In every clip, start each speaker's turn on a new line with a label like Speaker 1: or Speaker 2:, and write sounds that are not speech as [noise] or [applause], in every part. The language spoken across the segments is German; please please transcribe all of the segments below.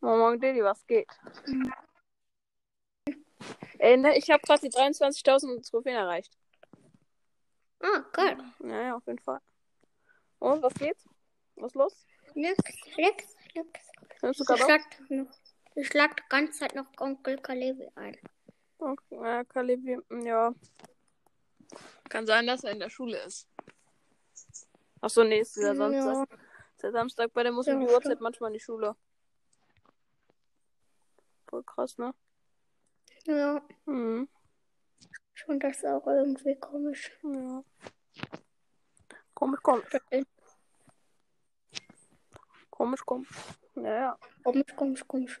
Speaker 1: Morgen Diddy, was geht? Mhm. Ey, ne, ich habe gerade die 23.000 Trophäen erreicht.
Speaker 2: Ah, geil.
Speaker 1: Naja, auf jeden Fall. Und was geht? Was los?
Speaker 2: Nix, nix, nix.
Speaker 1: Nimmst du
Speaker 2: Ich
Speaker 1: gerade auf?
Speaker 2: schlag, noch- ich schlag die ganze Zeit noch Onkel Kalevi ein.
Speaker 1: Okay, äh, Kalibi, ja. Kann sein, dass er in der Schule ist. Achso, nee, ist dieser Samstag.
Speaker 2: Ja.
Speaker 1: Ist der Samstag, bei dem muss um
Speaker 2: Ja,
Speaker 1: die
Speaker 2: stimmt.
Speaker 1: Uhrzeit manchmal in die Schule. Voll krass, ne?
Speaker 2: ja,
Speaker 1: Mhm.
Speaker 2: schon das ist auch irgendwie komisch.
Speaker 1: Ja. Komisch, komisch. Komisch, komisch. Naja.
Speaker 2: Komisch, komisch, komisch.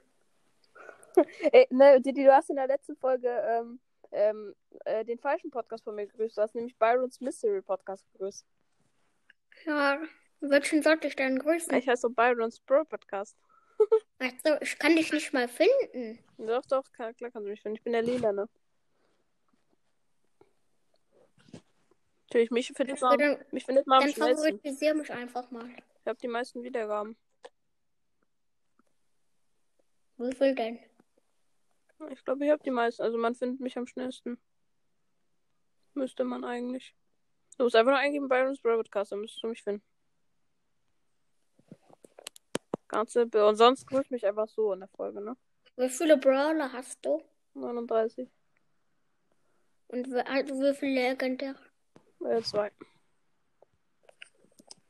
Speaker 1: Ey, ne, Didi, du hast in der letzten Folge ähm, ähm, äh, den falschen Podcast von mir gegrüßt. Du hast nämlich Byrons Mystery Podcast gegrüßt.
Speaker 2: Ja, welchen sollte ich denn grüßen?
Speaker 1: Ich heiße so Byrons Bro Podcast.
Speaker 2: Achso, ich kann dich nicht mal finden.
Speaker 1: Doch, doch, klar, klar kannst du mich finden. Ich bin der Lila, ne? Natürlich, mich findet
Speaker 2: Also
Speaker 1: man,
Speaker 2: dann
Speaker 1: mich findet man am
Speaker 2: dann
Speaker 1: schnellsten.
Speaker 2: favorisiere mich einfach mal.
Speaker 1: Ich habe die meisten Wiedergaben.
Speaker 2: Wie viel denn?
Speaker 1: Ich glaube, ich habe die meisten. Also man findet mich am schnellsten. Müsste man eigentlich. Du musst einfach nur eingeben Byron's Bro Podcast, dann müsstest du mich finden. Ganz simpel. Und sonst grüßt mich einfach so in der Folge, ne?
Speaker 2: Wie viele Brawler hast du?
Speaker 1: 39.
Speaker 2: Und wie, also wie viele legendäre?
Speaker 1: Äh, zwei.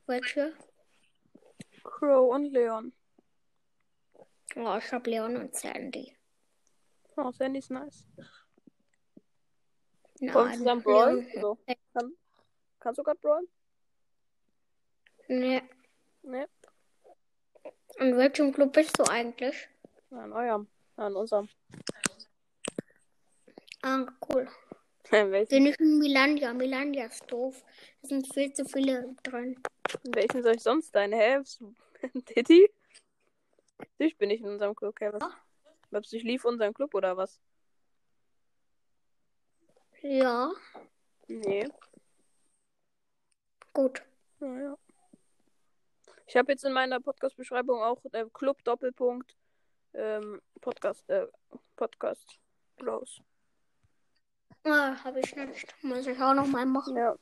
Speaker 2: Welche?
Speaker 1: Crow und Leon.
Speaker 2: Oh, ich hab Leon und Sandy.
Speaker 1: Oh, Sandy ist nice. Wollen wir
Speaker 2: Nein,
Speaker 1: zusammen brawlen?
Speaker 2: Leon-
Speaker 1: So. Kann, kannst du gerade brawlen?
Speaker 2: Nee.
Speaker 1: Ne?
Speaker 2: In welchem Club bist du eigentlich?
Speaker 1: Nein, eurem. Nein, unserem. [laughs]
Speaker 2: Ah, cool.
Speaker 1: In welchem,
Speaker 2: Bin ich in Milandia. Milandia ist doof. Da sind viel zu viele drin.
Speaker 1: in welchem soll ich sonst sein? Hä? Bist du- [laughs] Titi? Natürlich bin ich in unserem Club. Hä? Was, glaubst du, ich lief unseren Club oder was?
Speaker 2: Ja,
Speaker 1: Nee.
Speaker 2: gut.
Speaker 1: Naja. Ich habe jetzt in meiner Podcast-Beschreibung auch äh, Club Doppelpunkt ähm, Podcast äh, Podcast Bros.
Speaker 2: Ah, habe ich nicht. Muss ich auch noch mal machen.
Speaker 1: Ja.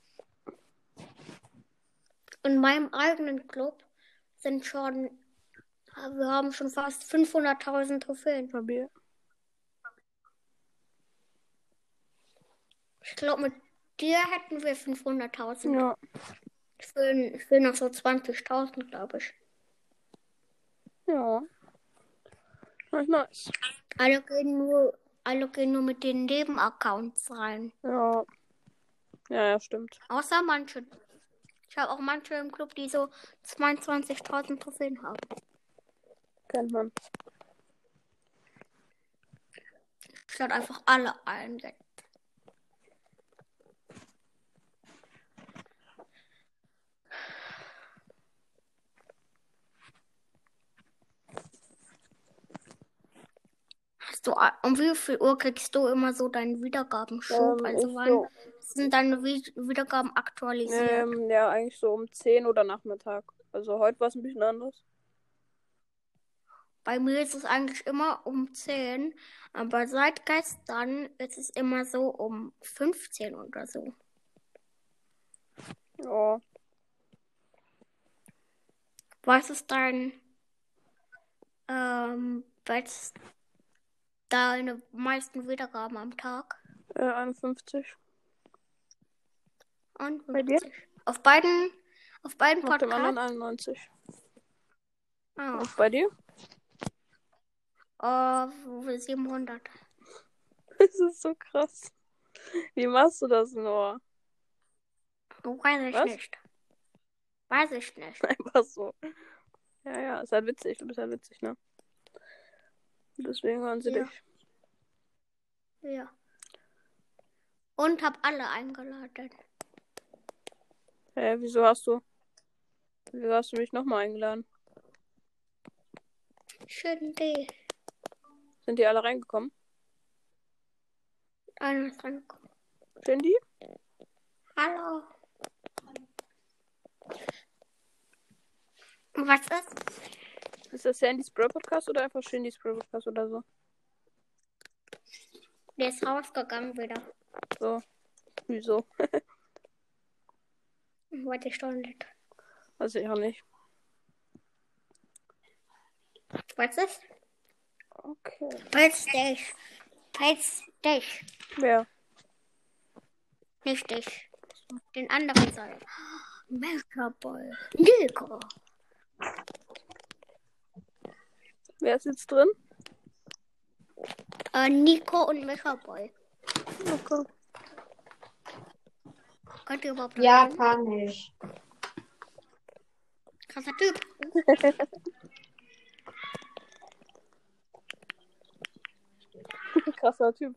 Speaker 2: In meinem eigenen Club sind schon. ah, Wir haben schon fast 500.000 Trophäen.
Speaker 1: Probier.
Speaker 2: Ich glaube, mit dir hätten wir 500.000.
Speaker 1: Ja.
Speaker 2: Ich, will, ich will noch so 20.000, glaube ich.
Speaker 1: Ja. Das ist nice.
Speaker 2: Alle gehen nur, alle gehen nur mit den Nebenaccounts rein.
Speaker 1: Ja. Ja, ja, stimmt.
Speaker 2: Außer manche. Ich habe auch manche im Club, die so 22.000 Trophäen haben.
Speaker 1: Kennt man.
Speaker 2: Ich lade einfach alle ein. jetzt. Hast du, a- um wie viel Uhr kriegst du immer so deinen Wiedergabenschub?
Speaker 1: Ähm,
Speaker 2: also
Speaker 1: ich
Speaker 2: wann
Speaker 1: so,
Speaker 2: sind deine Wi- Wiedergaben aktualisiert?
Speaker 1: ähm, ja, eigentlich so um 10 oder Nachmittag. Also heute war es ein bisschen anders.
Speaker 2: Bei mir ist es eigentlich immer um 10, aber seit gestern ist es immer so um 15 oder so.
Speaker 1: Ja.
Speaker 2: Was ist dein ähm, was deine meisten Wiedergaben am Tag?
Speaker 1: Äh, 51.
Speaker 2: Und
Speaker 1: Bei dir?
Speaker 2: 50. Auf beiden auf beiden
Speaker 1: Auf dem anderen
Speaker 2: Podcasts?
Speaker 1: 91.
Speaker 2: Ah,
Speaker 1: Und bei dir? [laughs]
Speaker 2: auf 700.
Speaker 1: Das ist so krass. Wie machst du das nur? [laughs]
Speaker 2: Oh, Weiß ich
Speaker 1: Was?
Speaker 2: nicht. Weiß ich nicht.
Speaker 1: Einfach so. Ja, ja, ist halt witzig. Du bist halt witzig, ne? Deswegen hören sie
Speaker 2: Ja.
Speaker 1: dich.
Speaker 2: Ja. Und hab alle eingeladen.
Speaker 1: Hä, wieso hast du. Wieso hast du mich nochmal eingeladen?
Speaker 2: Schönen Tee.
Speaker 1: Sind die alle reingekommen?
Speaker 2: Einer ist angekommen.
Speaker 1: Sind die?
Speaker 2: Hallo. Was ist?
Speaker 1: Ist das Sandys Brawl Podcast oder einfach Shindys Brawl Podcast oder so?
Speaker 2: Der ist rausgegangen wieder.
Speaker 1: So. Wieso?
Speaker 2: Wollte ich doch nicht.
Speaker 1: Weiß ich auch nicht.
Speaker 2: Was ist?
Speaker 1: Okay.
Speaker 2: Falls dich. Falls dich.
Speaker 1: Wer?
Speaker 2: Nicht dich. Den anderen soll. Mega Boy. Nico.
Speaker 1: Wer ist jetzt drin?
Speaker 2: Äh, Nico und Mega Boy.
Speaker 1: Okay.
Speaker 2: Könnt ihr überhaupt noch
Speaker 3: Ja,
Speaker 2: sagen?
Speaker 3: kann ich.
Speaker 2: Krasser Typ.
Speaker 1: [laughs] Krasser Typ.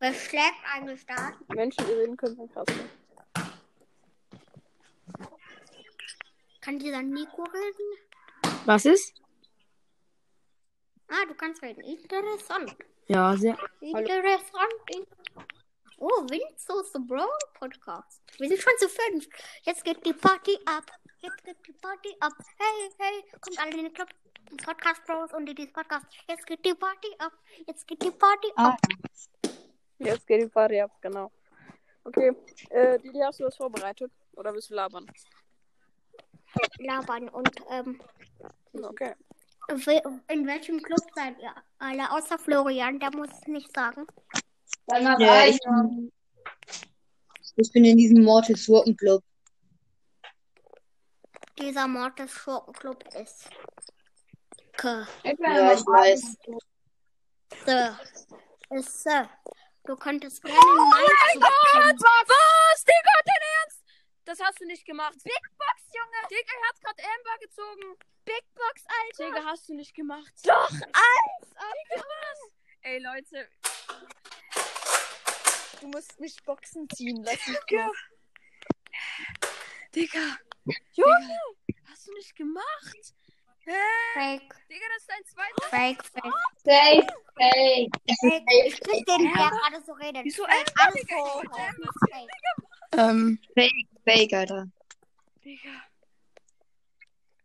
Speaker 2: Wer schlägt eigentlich da?
Speaker 1: Menschen, die reden können, sind krass.
Speaker 2: Kann dieser Nico reden?
Speaker 4: Was ist?
Speaker 2: Ah, du kannst reden. Interessant.
Speaker 4: Ja, sehr.
Speaker 2: Interessant. Oh, Windsoße Bro Podcast. Wir sind schon zu fünf. Jetzt geht die Party ab. Jetzt geht die Party ab. Hey, hey, kommt alle in den Club. Ins Podcast Bros und in dieses Podcast. Jetzt geht die Party ab. Jetzt geht die Party
Speaker 3: Ah.
Speaker 2: ab.
Speaker 1: Jetzt geht die Party ab, genau. Okay. Äh, Didi, hast du was vorbereitet? Oder willst du labern?
Speaker 2: Labern. Und ähm,
Speaker 1: Okay.
Speaker 2: we- in welchem Club seid ihr? Alle außer Florian, der muss es nicht sagen.
Speaker 3: Dann hab
Speaker 5: Ja, ich
Speaker 3: ich noch.
Speaker 5: Ich bin in diesem Mortal Surken Club.
Speaker 2: Dieser Mortis Schurkenclub ist. Ke.
Speaker 3: Ich bin
Speaker 5: Ja, ich weiß.
Speaker 2: So. Ist so. Du könntest gerne oh mein Gott!
Speaker 1: Was? Digga, dein Ernst? Das hast du nicht gemacht. Big Box, Junge. Digga, er hat gerade Amber gezogen. Big Box, Alter. Digga, hast du nicht gemacht. Doch, eins. Digga, was? Ey, Leute.
Speaker 5: Du musst mich Boxen ziehen lassen.
Speaker 1: Digga. Junge. Hast du nicht gemacht?
Speaker 2: Fake,
Speaker 1: Digga, das ist dein zweites.
Speaker 2: fake, fake.
Speaker 3: Safe, safe.
Speaker 2: fake. Ich krieg den, der gerade so redet.
Speaker 1: Wieso
Speaker 2: Fake,
Speaker 1: Amber,
Speaker 2: alles
Speaker 1: Digga?
Speaker 2: fake,
Speaker 1: Ich hab
Speaker 2: alles fake.
Speaker 4: Ähm,
Speaker 5: Fake, Alter.
Speaker 1: Digga.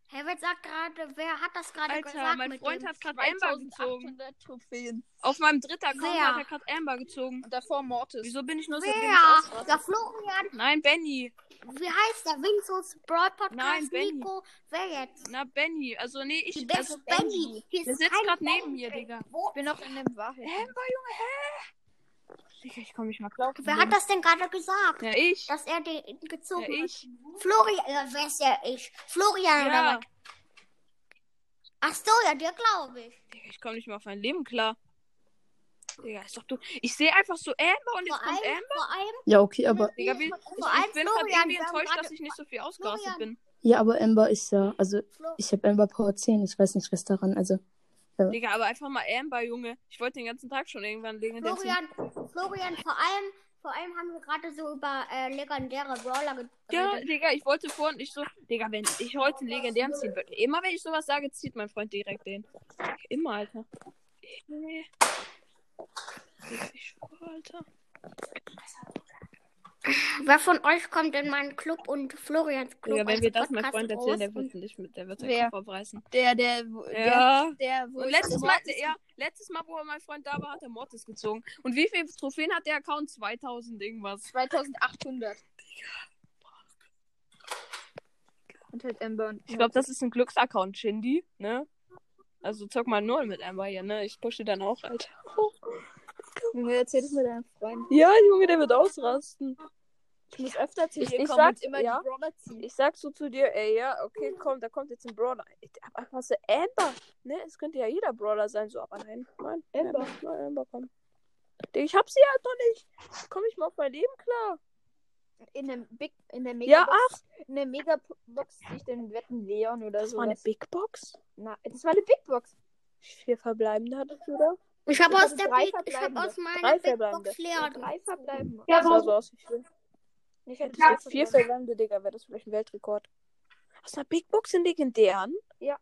Speaker 2: Herbert sagt gerade, wer hat das gerade
Speaker 1: Alter,
Speaker 2: gesagt?
Speaker 1: mein
Speaker 2: mit
Speaker 1: Freund
Speaker 2: dem
Speaker 1: hat gerade Amber gezogen. Auf meinem dritten Account
Speaker 2: Wer?
Speaker 1: hat er gerade Amber gezogen. Und davor Mortis. Wieso bin ich nur so dämlich
Speaker 2: Wer?
Speaker 1: ausgerastet?
Speaker 2: Der Florian,
Speaker 1: Nein, Benny.
Speaker 2: wie heißt der? Winsos Broad Podcast,
Speaker 1: Nein, Benny.
Speaker 2: Nico, wer jetzt?
Speaker 1: Na, Benny. Also, nee, ich.
Speaker 2: Die
Speaker 1: also,
Speaker 2: beste Benny. Hier
Speaker 1: Der
Speaker 2: ist
Speaker 1: sitzt
Speaker 2: kein
Speaker 1: gerade neben
Speaker 2: Benny.
Speaker 1: mir, Digga.
Speaker 2: Wo?
Speaker 5: bin noch in dem Wahrheit.
Speaker 1: Digga, ich komm nicht mal glauben.
Speaker 2: Wer hat das denn gerade gesagt?
Speaker 1: Ja, ich.
Speaker 2: Dass er den
Speaker 1: Ja,
Speaker 2: gezogen hat.
Speaker 1: ich.
Speaker 2: Florian, äh, wer ist der ich?
Speaker 1: Ja.
Speaker 2: Florian oder was? Ach so, ja, der glaube ich.
Speaker 1: Digga, ich komm nicht mal auf mein Leben klar. Digga, ist doch du. Ich sehe einfach so Amber und jetzt
Speaker 2: Vor
Speaker 1: kommt
Speaker 2: allem,
Speaker 1: Amber.
Speaker 2: vor allem,
Speaker 4: ja, okay, aber.
Speaker 1: Digga, wie, ich,
Speaker 2: vor allem
Speaker 1: ich bin gerade
Speaker 2: Florian,
Speaker 1: irgendwie
Speaker 2: wir haben
Speaker 1: enttäuscht,
Speaker 2: gerade-
Speaker 1: dass ich nicht so viel ausgerastet bin.
Speaker 4: Ja, aber Amber ist ja. Also,
Speaker 2: Flo-
Speaker 4: ich habe Amber Power 10. Ich weiß nicht, was daran. Also,
Speaker 1: Digga, aber einfach mal Amber, Junge. Ich wollte den ganzen Tag schon irgendwann legendär ziehen.
Speaker 2: Florian, Florian, vor allem, vor allem haben wir gerade so über äh, legendäre Brawler geredet.
Speaker 1: Ja, Digga, ich wollte vorhin nicht so. Digga, wenn ich heute einen legendären ziehen würde. Immer wenn ich sowas sage, zieht mein Freund direkt den. Immer, Alter. Nee. Digga, ich schwöre, Alter.
Speaker 2: Wer von euch kommt in meinen Club und Florians Club?
Speaker 1: Digga, wenn wir das
Speaker 2: also
Speaker 1: mein Freund
Speaker 2: Podcast
Speaker 1: erzählen,
Speaker 2: groß?
Speaker 1: der wird nicht mit, der wird seinen
Speaker 5: Wer?
Speaker 1: Kopf abreißen.
Speaker 5: Der, der, wo-
Speaker 1: Ja.
Speaker 5: der, wo
Speaker 1: Und
Speaker 5: ich
Speaker 1: letztes Mal,
Speaker 5: Mortis-
Speaker 1: ja, letztes Mal, wo mein Freund da war, hat er Mortis gezogen. Und wie viele Trophäen hat der Account? 2000 irgendwas.
Speaker 5: 2800. Und halt Amber und
Speaker 1: Ich glaube, das ist ein Glücksaccount, Shindy, ne? Also zock mal null mit Amber hier, ne? Ich pushe dann auch, Alter.
Speaker 5: Junge, erzähl das mit deinem Freund.
Speaker 1: Ja, Junge, der wird ausrasten. Ich muss öfter zu
Speaker 5: Ich,
Speaker 1: dir
Speaker 5: ich
Speaker 1: kommen
Speaker 5: sag
Speaker 1: und
Speaker 5: immer
Speaker 1: ja,
Speaker 5: die Brawler ziehen.
Speaker 1: Ich sag so zu dir, ey, ja, okay, komm, da kommt jetzt ein Brawler. Ich- Aber was ist Amber? Ne, es könnte ja jeder Brawler sein, so, aber nein, nein,
Speaker 5: Amber.
Speaker 1: Amber, nein, Amber, komm. Digga, Ich hab sie halt noch nicht. Komm ich mal auf mein Leben klar.
Speaker 5: In der Big, in der Mega
Speaker 1: Ja, ach,
Speaker 5: in der Megabox ziehe ich den Wetten Leon oder
Speaker 1: das
Speaker 5: so.
Speaker 1: war eine Big Box.
Speaker 5: Na, das war eine Big Box.
Speaker 1: Wie viel verbleibende hattest du da?
Speaker 2: Ich habe
Speaker 5: Ich
Speaker 2: aus
Speaker 5: hab
Speaker 2: der
Speaker 5: drei
Speaker 2: Big, ich habe
Speaker 5: verbleibende.
Speaker 2: aus meiner
Speaker 1: Drei
Speaker 2: Big
Speaker 1: verbleibende.
Speaker 2: Box leer.
Speaker 5: Drei verbleiben.
Speaker 3: Ja,
Speaker 1: Das sah so
Speaker 3: warum?
Speaker 1: aus wie viel.
Speaker 5: Ich
Speaker 1: Hättest
Speaker 5: hätte
Speaker 1: du jetzt
Speaker 5: vier
Speaker 6: genau.
Speaker 1: vier verbleibende, Digga, wäre das vielleicht ein Weltrekord. Aus einer Big Box in legendären?
Speaker 5: Ja.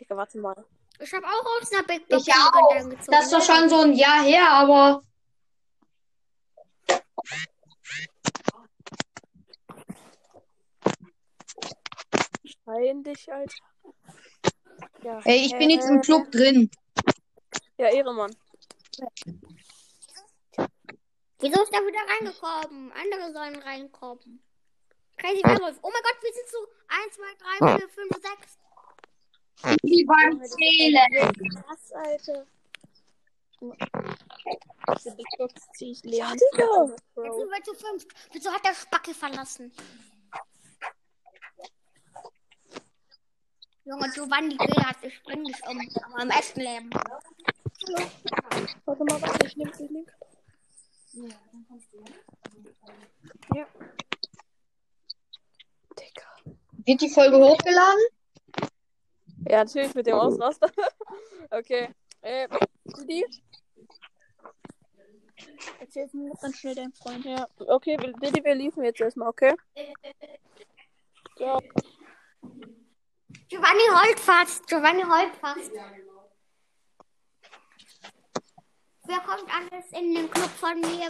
Speaker 1: Digga, warte mal.
Speaker 2: Ich habe auch aus einer Big Box
Speaker 3: Ich auch.
Speaker 2: Legendären gezogen.
Speaker 3: Das ist doch schon so ein Jahr her, aber
Speaker 1: Wahrscheinlich, Alter.
Speaker 6: Ja.
Speaker 5: Ey, ich bin jetzt im Club drin.
Speaker 6: Ja, Ehremann.
Speaker 2: Wieso ist er wieder reingekommen? Andere sollen reinkommen. Crazy Werwolf. Oh mein Gott, wir sind zu 1, 2, 3, 4, 5, 6.
Speaker 3: Die beim Zählen.
Speaker 6: Was, Alter? Diese Big Box zieh ich leer. Ja, Digga.
Speaker 2: Jetzt sind wir zu 5. Wieso hat der Spacke verlassen? Junge, Giovanni Gillas, ich bring dich um. Aber im echten Leben.
Speaker 6: Warte mal, warte, ich nehm's, ich nehm's.
Speaker 5: Wird die Folge hochgeladen?
Speaker 6: Ja, natürlich mit dem Ausraster. [laughs] okay. Äh, die? Erzähl's mir jetzt ganz schnell deinem Freund. Ja. Okay, wir- Didi, wir liefen jetzt erstmal, okay? Ja.
Speaker 2: Giovanni holt fast. Giovanni holt fast. Wer kommt alles in den Club von mir?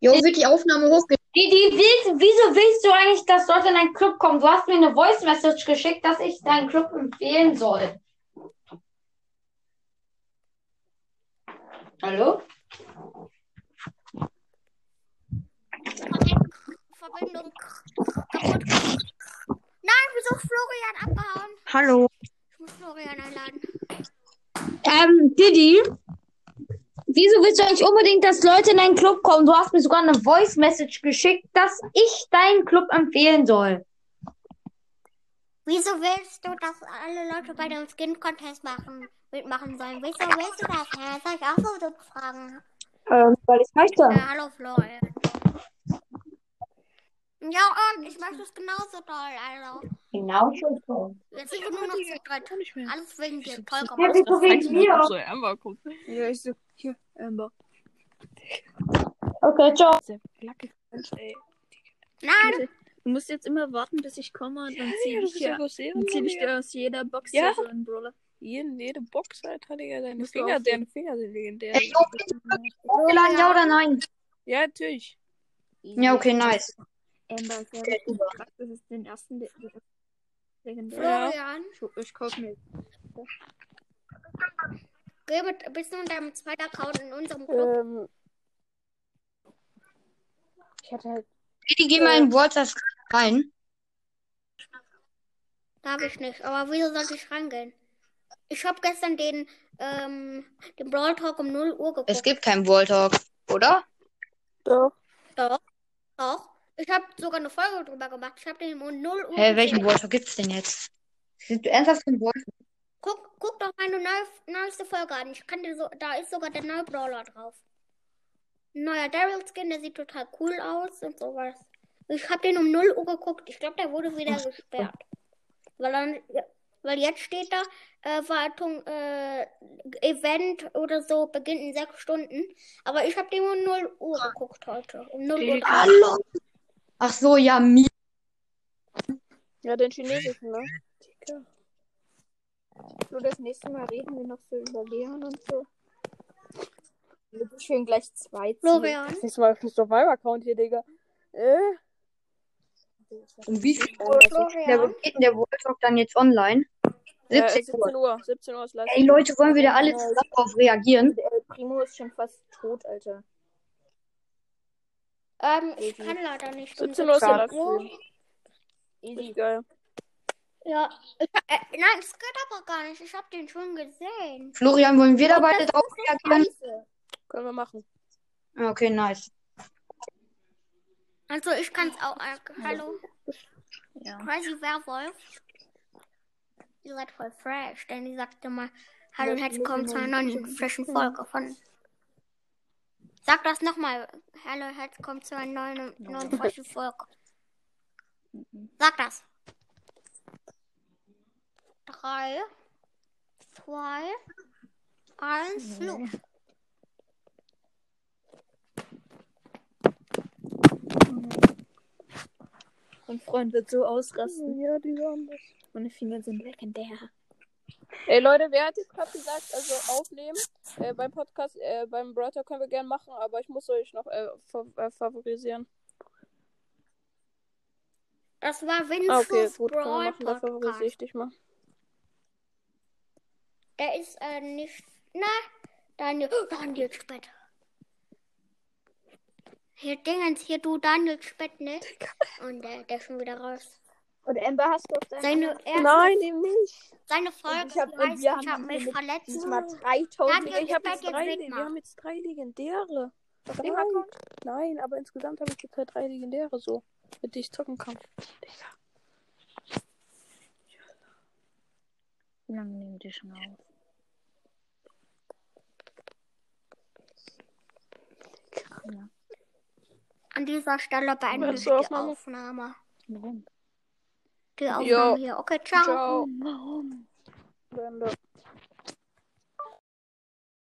Speaker 5: Jo, wird die Aufnahme hochgeladen?
Speaker 3: Die, die, willst, wieso willst du eigentlich, dass Leute in deinen Club kommen? Du hast mir eine Voice Message geschickt, dass ich deinen Club empfehlen soll. Hallo?
Speaker 2: Verbindung kaputt. Nein, wieso ist Florian abgehauen?
Speaker 5: Hallo.
Speaker 2: Ich muss Florian einladen.
Speaker 3: Ähm, Didi, wieso willst du eigentlich unbedingt, dass Leute in deinen Club kommen? Du hast mir sogar eine Voice Message geschickt, dass ich deinen Club empfehlen soll.
Speaker 2: Wieso willst du, dass alle Leute bei dem Skin Contest machen, mitmachen sollen? Wieso willst du das? Hä? Soll ich auch so dumm fragen?
Speaker 3: Ähm, weil ich möchte.
Speaker 2: Ja, hallo Florian. Ja, und ich möchte es genauso toll, also.
Speaker 3: Genau schon.
Speaker 2: Jetzt sind wir nur noch zu dritt.
Speaker 1: Kann ich mir.
Speaker 2: Alles wegen dir, Volker.
Speaker 3: Ja, wieso wegen mir?
Speaker 1: Amber kommt.
Speaker 6: Ja, ich so. Hier, Amber.
Speaker 3: Okay, ciao.
Speaker 1: Diese Lacke. Ey.
Speaker 2: Nein,
Speaker 6: Du musst jetzt immer warten, bis ich komme und dann
Speaker 1: Ja,
Speaker 6: zieh
Speaker 1: das
Speaker 6: ich
Speaker 1: ist ja
Speaker 6: dir,
Speaker 1: bloß Ehre,
Speaker 6: dann zieh ich
Speaker 1: Digga.
Speaker 6: dir aus jeder Box
Speaker 1: Ja.
Speaker 6: hier so einen Brawler.
Speaker 1: Jeden, jede Box, Alter, Digga. Deine
Speaker 6: Musst du
Speaker 1: Finger,
Speaker 6: aufheben.
Speaker 1: deine Finger sind legendär.
Speaker 5: Ey, jo, wird die hochgeladen, ja oder nein?
Speaker 1: Ja, natürlich.
Speaker 5: Ja, okay, nice.
Speaker 6: Amber ist ja richtig krass. Das ist den ersten Le- Le- legendär.
Speaker 2: Florian.
Speaker 6: Ich, ich kauf mir.
Speaker 2: Geh mit, bist du in deinem zweiten Account in unserem Club?
Speaker 6: Ähm. Ich hatte halt.
Speaker 5: Didi, geh mal in Walters rein.
Speaker 2: Darf ich nicht, aber wieso sollte ich rangehen? Ich habe gestern den, ähm, den Brawl Talk um 0 Uhr geguckt.
Speaker 5: Es gibt keinen Walltalk, oder?
Speaker 6: Doch.
Speaker 2: Doch, doch. Ich habe sogar eine Folge drüber gemacht. Ich habe den um 0 Uhr
Speaker 5: Hä,
Speaker 2: gesehen.
Speaker 5: welchen Walltalk gibt's denn jetzt? Sind du ernsthaft keinen Walltalk?
Speaker 2: Guck, guck doch meine neu, neueste Folge an. Ich kann dir so, da ist sogar der neue Brawler drauf. Ein Neuer Daryl Skin, der sieht total cool aus und sowas. Ich habe den um 0 Uhr geguckt. Ich glaube, der wurde wieder gesperrt. Weil dann, weil jetzt steht da, äh, Wartung, äh, Event oder so beginnt in sechs Stunden. Aber ich habe den um 0 Uhr geguckt heute. Um 0 Uhr.
Speaker 5: Hallo. Ach so, ja, mir.
Speaker 6: Ja, den chinesischen, ne? Digga. Nur das nächste Mal reden wir noch so über Leon und so. Wir schön gleich zwei ziehen.
Speaker 2: Florian.
Speaker 6: Das nächste Mal auf den Survivor-Account hier, Digga. Äh?
Speaker 5: Um wie viel Uhr
Speaker 2: Florian.
Speaker 5: geht denn der Walltalk dann jetzt online?
Speaker 6: Ja,
Speaker 5: 17 Uhr.
Speaker 6: 17 Uhr. 17 Uhr ist live.
Speaker 5: Ey, Leute, wollen wir da alle zusammen drauf reagieren?
Speaker 6: El Äh, Primo ist schon fast tot, Alter.
Speaker 2: Ähm, ich kann leider nicht. um
Speaker 6: 17 Uhr ist der
Speaker 2: 17 Uhr.
Speaker 6: Livestream. Easy. Geil.
Speaker 2: Ja, ich, äh, nein, es geht aber gar nicht. Ich habe den schon gesehen.
Speaker 5: Florian, wollen wir da beide drauf reagieren? Ah,
Speaker 6: Können wir machen.
Speaker 5: Okay, nice.
Speaker 2: Also ich kann es auch. Äh, hallo.
Speaker 4: Ja.
Speaker 2: Crazy Werwolf. Ihr seid voll fresh, denn ihr sagt immer, hallo und herzlich willkommen zu einer neuen frischen Folge von. Sag das nochmal. Hallo und herzlich willkommen zu einer neuen, neuen frischen Folge. Sag das. Drei, zwei, eins, los.
Speaker 6: Mein Freund wird so ausrasten. Ja, die waren das. Meine Finger sind legendär. Ey Leute, wer hat jetzt gerade gesagt, also aufnehmen äh, beim Podcast, äh, beim Brother können wir gern machen, aber ich muss euch noch äh, fa äh, favorisieren.
Speaker 2: Das war
Speaker 1: Ah, okay,
Speaker 2: Vinzels
Speaker 1: gut, kann man
Speaker 2: Brawl
Speaker 1: machen. Das
Speaker 2: Podcast.
Speaker 1: favorisiere ich dich mal.
Speaker 2: Der ist äh, nicht. Na, Daniel. oh, Daniel Spett. Hier, Dingens, hier du, Daniel
Speaker 1: [laughs]
Speaker 2: Spett, ne? Und äh, der ist schon wieder raus.
Speaker 1: Und Amber hast du auf deinem...
Speaker 2: Seine erste
Speaker 1: Nein, eben nicht. Genau.
Speaker 2: Seine
Speaker 1: Und
Speaker 2: Folge
Speaker 1: ich hab- und
Speaker 2: heißt,
Speaker 1: wir haben
Speaker 2: ich hab mich
Speaker 1: mit
Speaker 2: verletzt.
Speaker 1: Diesmal 3000.
Speaker 2: Daniel,
Speaker 1: ich habe
Speaker 2: ich
Speaker 1: jetzt
Speaker 2: werd
Speaker 1: drei,
Speaker 2: jetzt
Speaker 1: Leg- wir
Speaker 2: mitmachen.
Speaker 1: haben jetzt drei legendäre.
Speaker 2: Auf dem
Speaker 1: Nein, nein, aber insgesamt habe ich jetzt halt drei legendäre so, mit denen ich zocken kann. Digga.
Speaker 7: Wie lange nehmen die schon auf?
Speaker 2: An dieser Stelle beende
Speaker 1: Machst
Speaker 2: ich die
Speaker 1: du Aufnahme?
Speaker 2: Aufnahme. Die Aufnahme hier. Okay, ciao.
Speaker 1: Warum? Warum? Bende.